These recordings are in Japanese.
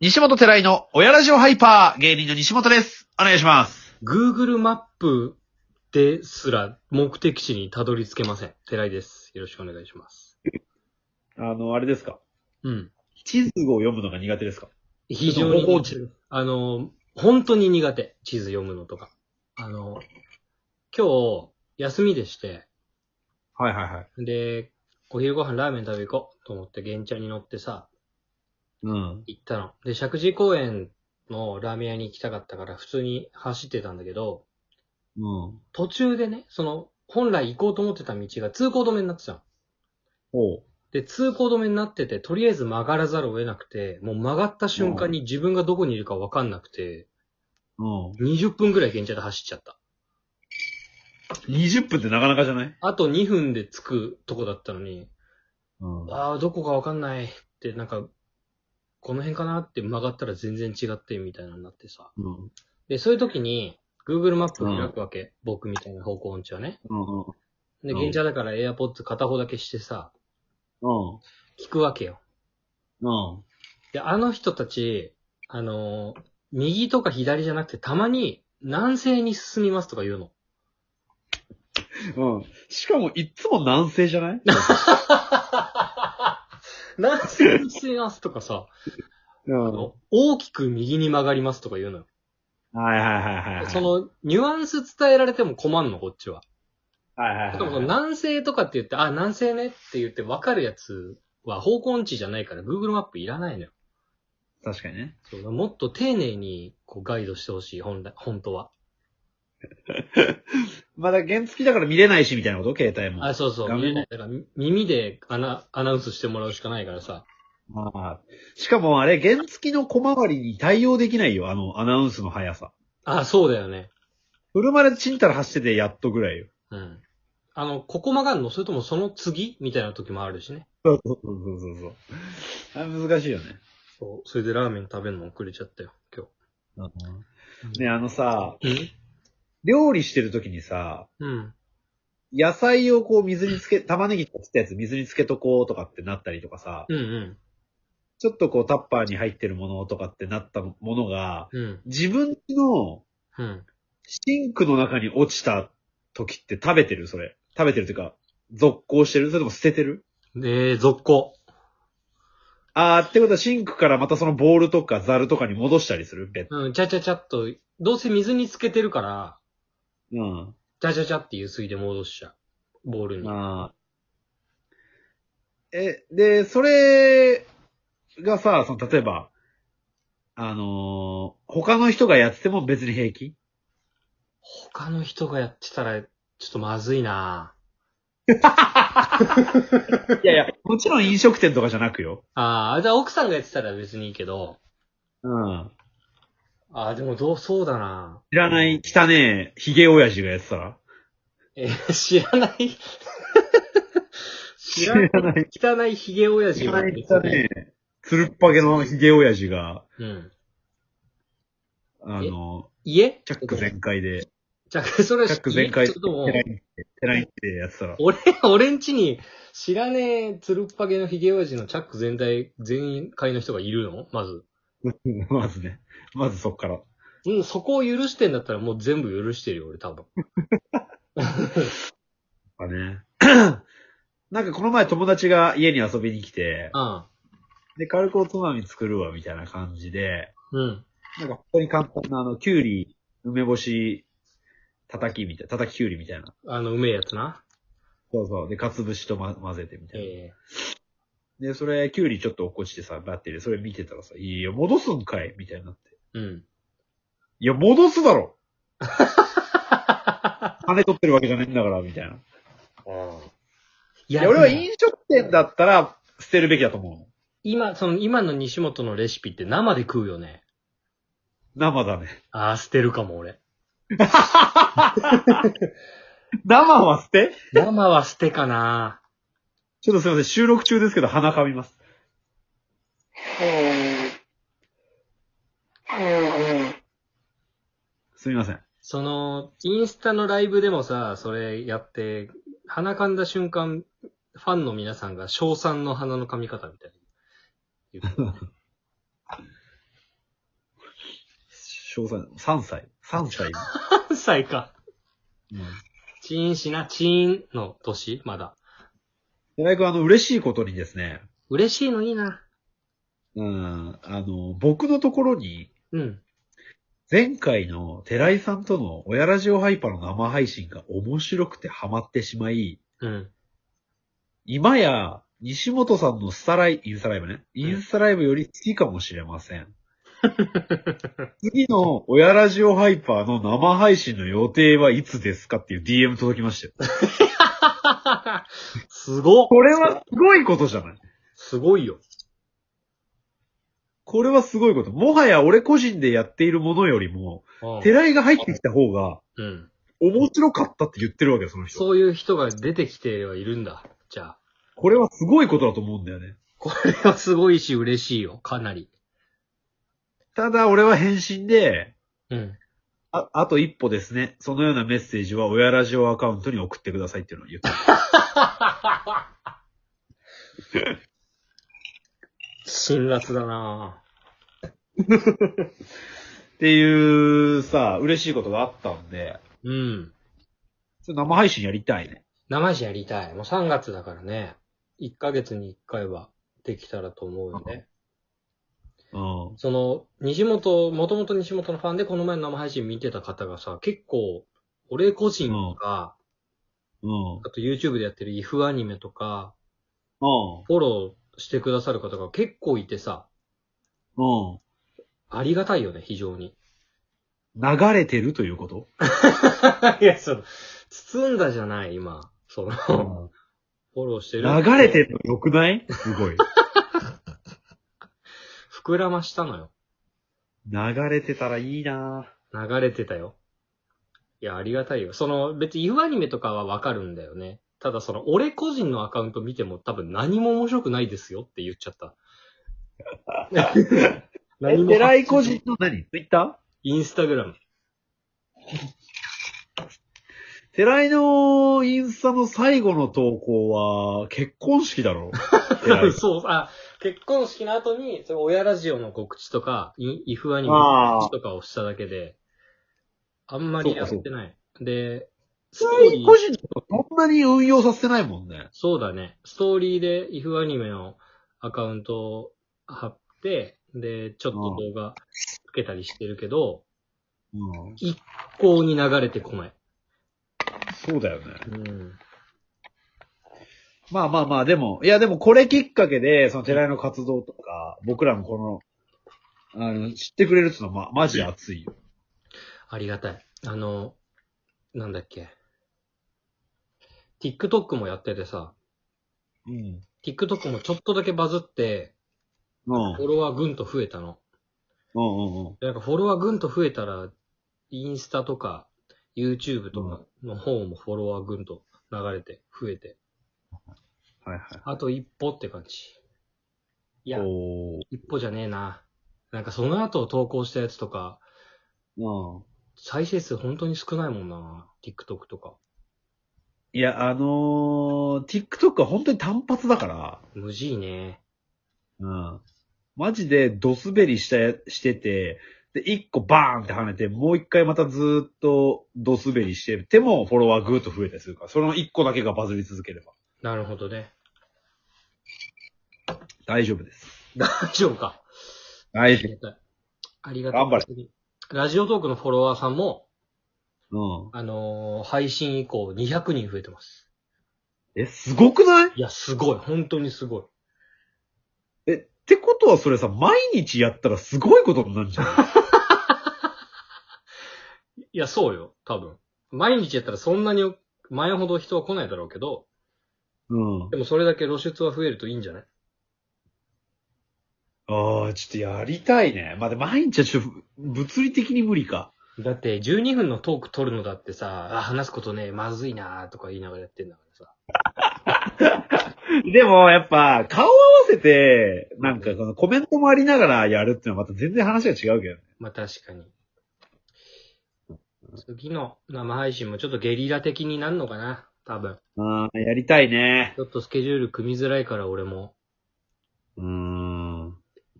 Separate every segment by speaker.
Speaker 1: 西本寺井の親ラジオハイパー、芸人の西本です。お願いします。
Speaker 2: Google マップですら目的地にたどり着けません。寺井です。よろしくお願いします。
Speaker 1: あの、あれですか
Speaker 2: うん。
Speaker 1: 地図を読むのが苦手ですか
Speaker 2: 非常に
Speaker 1: 方向地。
Speaker 2: あの、本当に苦手。地図読むのとか。あの、今日、休みでして、
Speaker 1: はいはいはい。
Speaker 2: で、お昼ご飯ラーメン食べ行こうと思って、玄茶に乗ってさ、
Speaker 1: うん。
Speaker 2: 行ったの。で、石神井公園のラーメン屋に行きたかったから、普通に走ってたんだけど、
Speaker 1: うん。
Speaker 2: 途中でね、その、本来行こうと思ってた道が通行止めになってたの。
Speaker 1: おう。
Speaker 2: で、通行止めになってて、とりあえず曲がらざるを得なくて、もう曲がった瞬間に自分がどこにいるかわかんなくて、
Speaker 1: う
Speaker 2: 20分ぐらい現地で走っちゃった。
Speaker 1: ん。20分ってなかなかじゃない
Speaker 2: あと2分で着くとこだったのに、
Speaker 1: うん
Speaker 2: ああ、どこかわかんないって、なんか、この辺かなって曲がったら全然違ってみたいなのになってさ。
Speaker 1: うん。
Speaker 2: で、そういう時に、Google マップを開くわけ。僕みたいな方向音痴はね。
Speaker 1: うん。
Speaker 2: で、
Speaker 1: うん
Speaker 2: 現地だから AirPods 片方だけしてさ、
Speaker 1: うん。
Speaker 2: 聞くわけよ。
Speaker 1: うん。
Speaker 2: で、あの人たち、あのー右とか左じゃなくて、たまに、南西に進みますとか言う の。
Speaker 1: うん。しかも、いっつも南西じゃない
Speaker 2: 南西に進みますとかさ、
Speaker 1: う
Speaker 2: あ
Speaker 1: んは
Speaker 2: の大きく右に曲がりますとか言うのよ。
Speaker 1: いはいはいはい。
Speaker 2: そ、の、ニュアンス伝えられても困んの、こっちは。
Speaker 1: はいはいはい。
Speaker 2: でもその南西とかって言って、あ、南西ねって言って分かるやつは方向音痴じゃないから Google マップいらないのよ。
Speaker 1: 確かにね。
Speaker 2: そうもっと丁寧にこうガイドしてほしい、本来、本当は。
Speaker 1: まだ原付きだから見れないし、みたいなこと携帯も。
Speaker 2: あ、そうそう。
Speaker 1: 画面
Speaker 2: 見えないだから耳でアナアナウンスしてもらうしかないからさ。
Speaker 1: ああしかもあれ、原付きの小回りに対応できないよ、あの、アナウンスの速さ。
Speaker 2: あ、そうだよね。
Speaker 1: 車でチンタラ走っててやっとぐらいよ。
Speaker 2: うん。あの、ここ曲がんのそれともその次みたいな時もあるしね。
Speaker 1: そうそうそうそうそう。あれ難しいよね。
Speaker 2: そう。それでラーメン食べるの遅れちゃったよ、今日。
Speaker 1: ね、あのさ、料理してる時にさ、
Speaker 2: うん。うん。
Speaker 1: 野菜をこう水につけ、玉ねぎとか切ったやつ水につけとこうとかってなったりとかさ、
Speaker 2: うんうん。
Speaker 1: ちょっとこうタッパーに入ってるものとかってなったものが、
Speaker 2: うん。
Speaker 1: 自分の
Speaker 2: うん。
Speaker 1: シンクの中に落ちた時って食べてるそれ。食べてるというか、続行してるそれとも捨ててる
Speaker 2: で、続行。
Speaker 1: あーってことはシンクからまたそのボールとかザルとかに戻したりするベッ
Speaker 2: うん、ちゃちゃちゃっと、どうせ水につけてるから、
Speaker 1: うん。
Speaker 2: ちゃちゃちゃって湯水で戻しちゃう。ボールに。
Speaker 1: まあ。え、で、それがさ、その、例えば、あのー他の人がやってても別に平気
Speaker 2: 他の人がやってたら、ちょっとまずいない
Speaker 1: やいや、もちろん飲食店とかじゃなくよ。
Speaker 2: ああ、じゃあ奥さんがやってたら別にいいけど、
Speaker 1: うん。
Speaker 2: ああ、でもどう、そうだな。
Speaker 1: いらない汚ねえ、ヒゲ親父がやってたら
Speaker 2: えー、知らない。知らない。
Speaker 1: ない。
Speaker 2: 汚いヒゲ親
Speaker 1: 知
Speaker 2: 父
Speaker 1: ら
Speaker 2: は
Speaker 1: ない
Speaker 2: 別に
Speaker 1: 汚ねえ、つるっぱげのヒゲ親父が、
Speaker 2: うん。
Speaker 1: あの、
Speaker 2: 家
Speaker 1: チャック全開で、
Speaker 2: チャック、それ
Speaker 1: チャック全開
Speaker 2: ち
Speaker 1: で
Speaker 2: ょっともう
Speaker 1: 寺、に行って、寺に行ってやってたら。
Speaker 2: 俺、俺んちに、知らねえ、つるっぱげのヒゲ親父のチャック全体、全開の人がいるのまず。
Speaker 1: まずね。まずそっから。
Speaker 2: うん、そこを許してんだったらもう全部許してるよ、俺多分。
Speaker 1: かね。 なんかこの前友達が家に遊びに来て、
Speaker 2: うん。
Speaker 1: で、軽くおつまみ作るわ、みたいな感じで、
Speaker 2: うん。
Speaker 1: なんか本当に簡単なあの、きゅうり、梅干し、叩きみたい、叩ききゅうりみたいな。
Speaker 2: あの、うめえやつな。
Speaker 1: そうそう。で、かつぶしと、ま、混ぜてみたい
Speaker 2: ええ
Speaker 1: な。で、それ、きゅうりちょっと落っこちてさ、バッテリー、それ見てたらさ、いいよ、戻すんかいみたいになって。
Speaker 2: うん。
Speaker 1: いや、戻すだろ 金取ってるわけじゃねえんだから、みたいな。
Speaker 2: い
Speaker 1: いや、俺は
Speaker 2: 今
Speaker 1: 飲食店だったら、捨てるべきだと思うの。
Speaker 2: 今、その、今の西本のレシピって生で食うよね。
Speaker 1: 生だね。
Speaker 2: ああ、捨てるかも、俺。
Speaker 1: 生は捨て
Speaker 2: 生は捨てかな。
Speaker 1: ちょっとすいません、収録中ですけど鼻噛みます。すみません。
Speaker 2: その、インスタのライブでもさ、それやって、鼻噛んだ瞬間、ファンの 皆さんが、賞賛の鼻の噛み方みたいな。
Speaker 1: 詳細、3歳。3歳。
Speaker 2: 3歳か。
Speaker 1: うん。
Speaker 2: チーンしな、チーンの年まだ。
Speaker 1: 寺井くん、あの、嬉しいことにですね、
Speaker 2: 嬉しいのいいな。
Speaker 1: うん、あの、僕のところに、
Speaker 2: うん。
Speaker 1: 前回の寺井さんとの親ラジオハイパーの生配信が面白くてハマってしまい、
Speaker 2: うん。
Speaker 1: 今や、西本さんのスタライ、インスタライブね。インスタライブより好きかもしれません。 次の親ラジオハイパーの生配信の予定はいつですかっていう DM 届きましたよ。
Speaker 2: すごっ
Speaker 1: これはすごいことじゃない
Speaker 2: すごいよ。
Speaker 1: これはすごいこと。もはや俺個人でやっているものよりも、
Speaker 2: うん
Speaker 1: 寺井が入ってきた方が
Speaker 2: うん。
Speaker 1: 面白かったって言ってるわけよ、その人。
Speaker 2: そういう人が出てきてはいるんだ。じゃあ。
Speaker 1: これはすごいことだと思うんだよね。
Speaker 2: これはすごいし嬉しいよ。かなり。
Speaker 1: ただ俺は返信で、
Speaker 2: うん。
Speaker 1: あ、あと一歩ですね。そのようなメッセージは親ラジオアカウントに送ってくださいっていうのを言った。
Speaker 2: 辛辣だな
Speaker 1: っていうさ、嬉しいことがあったんで、
Speaker 2: ぁうん。
Speaker 1: それ生配信やりたいね。
Speaker 2: 生地やりたい。もう3月だからね。1ヶ月に1回はできたらと思うよね。
Speaker 1: うん。
Speaker 2: その、西本、もともと西本のファンでこの前の生配信見てた方がさ、結構、俺個人とか、
Speaker 1: うん。
Speaker 2: あと YouTube でやってる IF アニメとか、
Speaker 1: うん。
Speaker 2: フォローしてくださる方が結構いてさ、
Speaker 1: うん。
Speaker 2: ありがたいよね、非常 に。
Speaker 1: 流れてるということ
Speaker 2: いや、その、包んだじゃない、今。その、フ
Speaker 1: 流
Speaker 2: ォローしてる。
Speaker 1: れてるの良くないす ごい。
Speaker 2: 膨らましたのよ。
Speaker 1: 流れてたらいいな
Speaker 2: 流れてたよ。いや、ありがたいよ。その、別に IF アニメとかはわかるんだよね。ただその、俺個人のアカウント見ても多分何も面白くないですよって言っちゃった。
Speaker 1: ぁ。 え、
Speaker 2: 何も
Speaker 1: 寺井個人の何ツイッタ
Speaker 2: インスタグラム。
Speaker 1: ー寺井のインスタの最後の投稿は、結婚式だ ろ寺井
Speaker 2: そう、あ、結婚式の後に、その親ラジオの告知とか、イフアニメ
Speaker 1: あー
Speaker 2: の告知とかをしただけで、あんまりやってない。で、ストー
Speaker 1: 寺
Speaker 2: リ
Speaker 1: 井
Speaker 2: ー
Speaker 1: 個、人とかそんなに運用させてないもんね。
Speaker 2: そうだね。ストーリーでイフアニメのアカウントを貼って、で、ちょっと動画つけたりしてるけど、
Speaker 1: うん。
Speaker 2: こうに流れてこない。
Speaker 1: そうだよね。
Speaker 2: うん。
Speaker 1: まあまあまあ、でも、いやでもこれきっかけで、その寺井の活動とか、僕らのこの、あの、知ってくれるっていうのは、ま、マジ熱いよ。
Speaker 2: ありがたい。あの、なんだっけ。TikTok もやっててさ、
Speaker 1: うん。
Speaker 2: TikTok もちょっとだけバズって、
Speaker 1: うん。
Speaker 2: フォロワーぐんと増えたの。
Speaker 1: うんうんうん。
Speaker 2: でなんかフォロワーぐんと増えたら、インスタとか、YouTube とかの方もフォロワーぐんと流れて、増えて。
Speaker 1: はいはい。
Speaker 2: あと一歩って感じ。いや、
Speaker 1: おー
Speaker 2: 一歩じゃねえな。なんかその後投稿したやつとか、
Speaker 1: うん。
Speaker 2: 再生数本当に少ないもんな。TikTok とか。
Speaker 1: いや、あのー、TikTok は本当に単発だから、
Speaker 2: 無事いね。
Speaker 1: うん。マジでドスベリしたや、してて、で、一個バーンって跳ねて、もう一回またずーっとドスベリしてても、フォロワーぐーっと増えたりするから、その一個だけがバズり続ければ
Speaker 2: なるほどね。
Speaker 1: 大丈夫です。
Speaker 2: 大丈夫か。
Speaker 1: 大
Speaker 2: あ
Speaker 1: 丈
Speaker 2: りがたい。ありがたい。
Speaker 1: 頑張れ
Speaker 2: ラジオトークのフォロワーさんも、
Speaker 1: 夫。
Speaker 2: あのー配信以降200人増えてます。
Speaker 1: うん。え、すごくない
Speaker 2: いや、すごい。本当にすごい。
Speaker 1: え、ってことはそれさ、毎日やったらすごいことになるんじゃない
Speaker 2: いや、そうよ。多分。毎日やったらそんなに前ほど人は来ないだろうけど、
Speaker 1: うん。
Speaker 2: でもそれだけ露出は増えるといいんじゃない
Speaker 1: ああ、ちょっとやりたいね。まあ、で、毎日はちょっと、物理的に無理か。
Speaker 2: だって、12分のトーク撮るのだってさ、あ、話すことね、まずいなーとか言いながらやってんだからさ。
Speaker 1: でも、やっぱ、顔合わせて、なんか、このコメントもありながらやるっていうのはまた全然話が違うけどね。
Speaker 2: まあ確かに。次の生配信もちょっとゲリラ的になるのかな多分。
Speaker 1: ああ、やりたいね。
Speaker 2: ちょっとスケジュール組みづらいから俺も、
Speaker 1: うーん。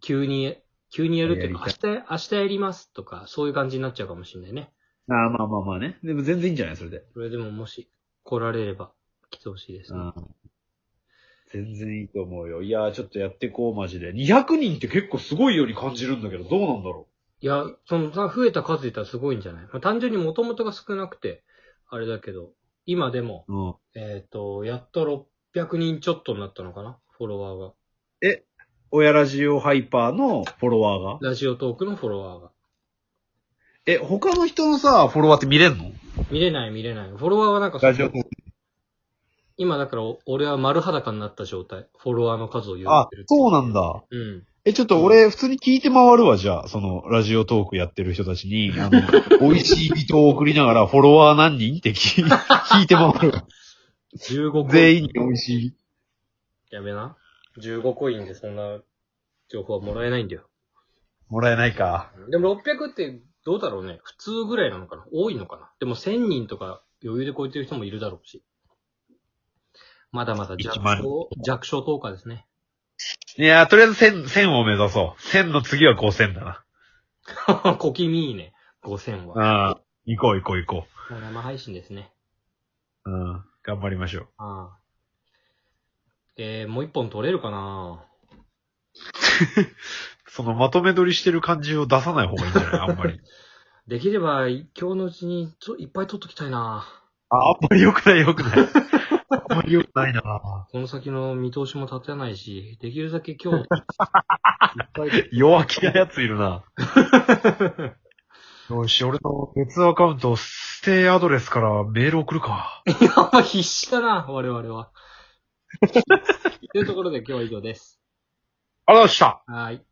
Speaker 2: 急に急にやるっていうか、
Speaker 1: や
Speaker 2: 明日、明日やりますとか、そういう感じになっちゃうかもしれないね。
Speaker 1: ああ、まあまあまあね。でも全然いいんじゃないそれで。
Speaker 2: それでももし来られれば来てほしいですね。
Speaker 1: 全然いいと思うよ。いやー、ちょっとやってこう、マジで。200人って結構すごいように感じるんだけど、どうなんだろ
Speaker 2: いや、そのさ、増えた数で言ったらすごいんじゃない、まあ、単純に元々が少なくて、あれだけど、今でも、
Speaker 1: う。うん。
Speaker 2: えっ、と、やっと600人ちょっとになったのかなフォロワーが。
Speaker 1: 親ラジオハイパーのフォロワーが。
Speaker 2: ラジオトークのフォロワーが。
Speaker 1: え、他の人のさ、フォロワーって見れんの
Speaker 2: 見れない見れない。フォロワーはなんか、
Speaker 1: ラジオトーク。
Speaker 2: 今だからお俺は丸裸になった状態。フォロワーの数を言
Speaker 1: あ
Speaker 2: ってる、
Speaker 1: そうなんだ。
Speaker 2: う。うん。
Speaker 1: え、ちょっと俺、普通に聞いて回るわ、じゃあ。その、ラジオトークやってる人たちに、あ の、美味しい人を送りながら、フォロワー何人って聞い 聞いて回るわ。
Speaker 2: 15個。
Speaker 1: 全員に美味しい。
Speaker 2: やめな。15コインでそんな情報はもらえないんだよ。
Speaker 1: もらえないか。
Speaker 2: でも600ってどうだろうね。普通ぐらいなのかな多いのかなでも1000人とか余裕で超えてる人もいるだろうし。まだまだ弱
Speaker 1: 1万
Speaker 2: 小、弱小投下ですね。
Speaker 1: いやー、とりあえず1000、1000を目指そう。1000の次は5000だな。
Speaker 2: 小気味いいね。5000は。
Speaker 1: ああ、行こう行こう行こ
Speaker 2: もう生配信ですね。
Speaker 1: う。うん。頑張りましょう。
Speaker 2: ああ。えー、もう一本取れるかな
Speaker 1: そのまとめ撮りしてる感じを出さない方がいいんじゃないあんまり。
Speaker 2: できれば、今日のうちにちょいっぱい取っときたいな
Speaker 1: あ、あんまり良くない良くない。あんまり良くないな
Speaker 2: この先の見通しも立たないし、できるだけ今日、いっぱいで。
Speaker 1: 弱気なやついるな。よし、俺の別アカウント、ステイアドレスからメール送るか。
Speaker 2: あんま必死だな、我々 は。というところで今日は以上です。
Speaker 1: ありがとうございました。
Speaker 2: はい。